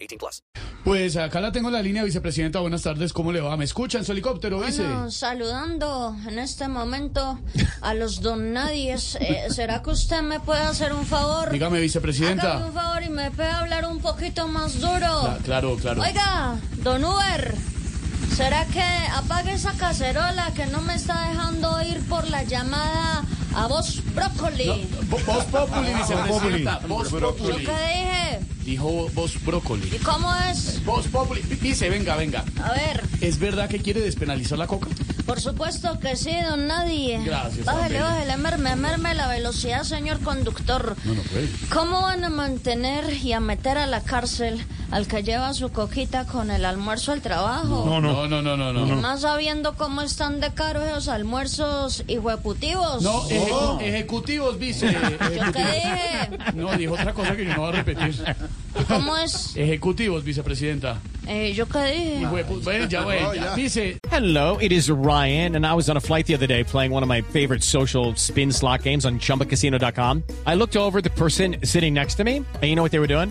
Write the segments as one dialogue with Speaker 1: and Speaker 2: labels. Speaker 1: 18 plus.
Speaker 2: Pues acá la tengo en la línea, vicepresidenta. Buenas tardes, ¿cómo le va? ¿Me escucha en su
Speaker 3: Ah,
Speaker 2: helicóptero, vice?
Speaker 3: Bueno, saludando en este momento a los don nadies. eh, ¿Será que usted me puede hacer un favor?
Speaker 2: Dígame,
Speaker 3: Hágame un
Speaker 2: vicepresidenta.
Speaker 3: favor y me puede hablar un poquito más duro.
Speaker 2: Ah, claro, claro.
Speaker 3: Oiga, don Uber, ¿será que apague esa cacerola que no me está dejando ir por la llamada a vos, brócoli?
Speaker 2: Vo- Voz Populi, Ah, vicepresidenta. Voz
Speaker 3: ¿Yo
Speaker 2: Populi.
Speaker 3: qué dije?
Speaker 2: Dijo Voz
Speaker 3: ¿Y
Speaker 2: Brócoli.
Speaker 3: cómo es?
Speaker 2: Voz Populi. Vi- Vice, venga, venga.
Speaker 3: A ver,
Speaker 2: ¿Es verdad que quiere despenalizar la coca?
Speaker 3: por supuesto que sí, don Nadie.
Speaker 2: Gracias,
Speaker 3: Bájele,
Speaker 2: Amelia.
Speaker 3: bájele, merme, merme la velocidad, señor conductor.
Speaker 2: no puede.
Speaker 3: ¿Cómo van a mantener y a meter a la cárcel al que lleva su coquita con el almuerzo al trabajo?
Speaker 2: No, no, no, no, no.
Speaker 3: Y
Speaker 2: No,
Speaker 3: más sabiendo cómo están de caros esos almuerzos hijueputivos.
Speaker 2: No, eh, ejecu- ejecutivos, vice.
Speaker 3: ¿Yo qué
Speaker 2: Ejecutivos.
Speaker 3: dije?
Speaker 2: No, dijo otra cosa que yo no voy a repetir. eh,
Speaker 3: ¿Y cómo es?
Speaker 2: Ejecutivos, vicepresidenta.
Speaker 3: Eh, ¿Yo qué dije?
Speaker 2: Hijo de pu- Bueno, ya, bueno, ya. Vice,
Speaker 4: Hello, it is Ryan, and I was on a flight the other day playing one of my favorite social spin slot games on ChumbaCasino.com. I looked over at the person sitting next to me, and you know what they were doing?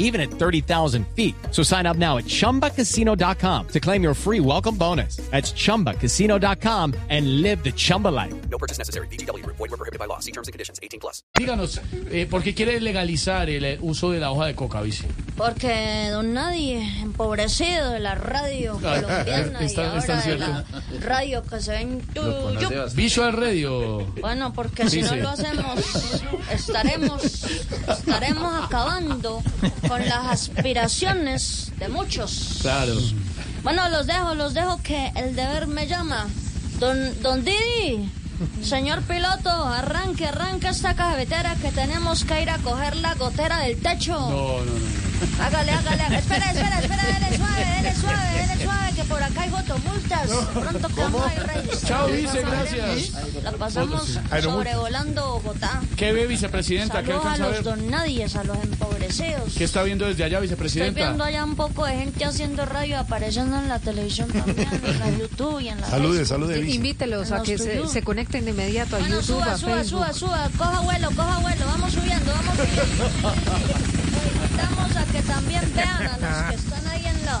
Speaker 4: even at 30,000 feet. So sign up now at ChumbaCasino.com to claim your free welcome bonus. That's ChumbaCasino.com and live the Chumba life.
Speaker 1: No purchase necessary. BGW. Void were prohibited by law. See terms and conditions. 18 plus.
Speaker 2: díganos, eh, ¿por qué quiere legalizar el eh, uso de la hoja de coca, vice?
Speaker 3: Porque don Nadie, empobrecido de la radio
Speaker 2: Claro,
Speaker 3: colombiana
Speaker 2: Ah, está-
Speaker 3: y
Speaker 2: está
Speaker 3: ahora de
Speaker 2: cierto.
Speaker 3: la radio que se ve en YouTube.
Speaker 2: Visual Radio.
Speaker 3: Bueno, porque si
Speaker 2: Sí,
Speaker 3: no
Speaker 2: sí.
Speaker 3: lo hacemos, estaremos, estaremos acabando con las aspiraciones de muchos.
Speaker 2: Claro.
Speaker 3: Bueno, los dejo, los dejo que el deber me llama. Don, don Didi, señor piloto, arranque, arranque esta carretera que tenemos que ir a coger la gotera del techo.
Speaker 2: No, no, no.
Speaker 3: Hágale, hágale, hágale. Espera, espera, espera, dele suave, dele suave, dele suave, que por acá hay gotomultas. Pronto que vamos a ir registrando.
Speaker 2: Chao, vice, gracias.
Speaker 3: La pasamos sobrevolando Bogotá.
Speaker 2: ¿Qué ve, vicepresidenta? ¿Qué
Speaker 3: Saludos a
Speaker 2: alcanza a ver?
Speaker 3: los don nadies, a los empobrecidos.
Speaker 2: ¿Qué está viendo desde allá,
Speaker 3: Estoy
Speaker 2: vicepresidenta?
Speaker 3: viendo allá un poco de gente haciendo radio, apareciendo en la televisión también, en la YouTube y en la
Speaker 5: Saludes,
Speaker 3: Facebook.
Speaker 5: saludes,
Speaker 6: Sí,
Speaker 5: vice.
Speaker 6: Invítelos a
Speaker 3: Nos
Speaker 6: que se,
Speaker 3: tuyó.
Speaker 6: se conecten de inmediato a
Speaker 3: Bueno,
Speaker 6: YouTube,
Speaker 3: suba,
Speaker 6: a
Speaker 3: suba,
Speaker 6: Facebook.
Speaker 3: suba, suba, coja vuelo, coja vuelo, vamos subiendo, vamos subiendo. Invitamos a que también vean a los que están ahí en la...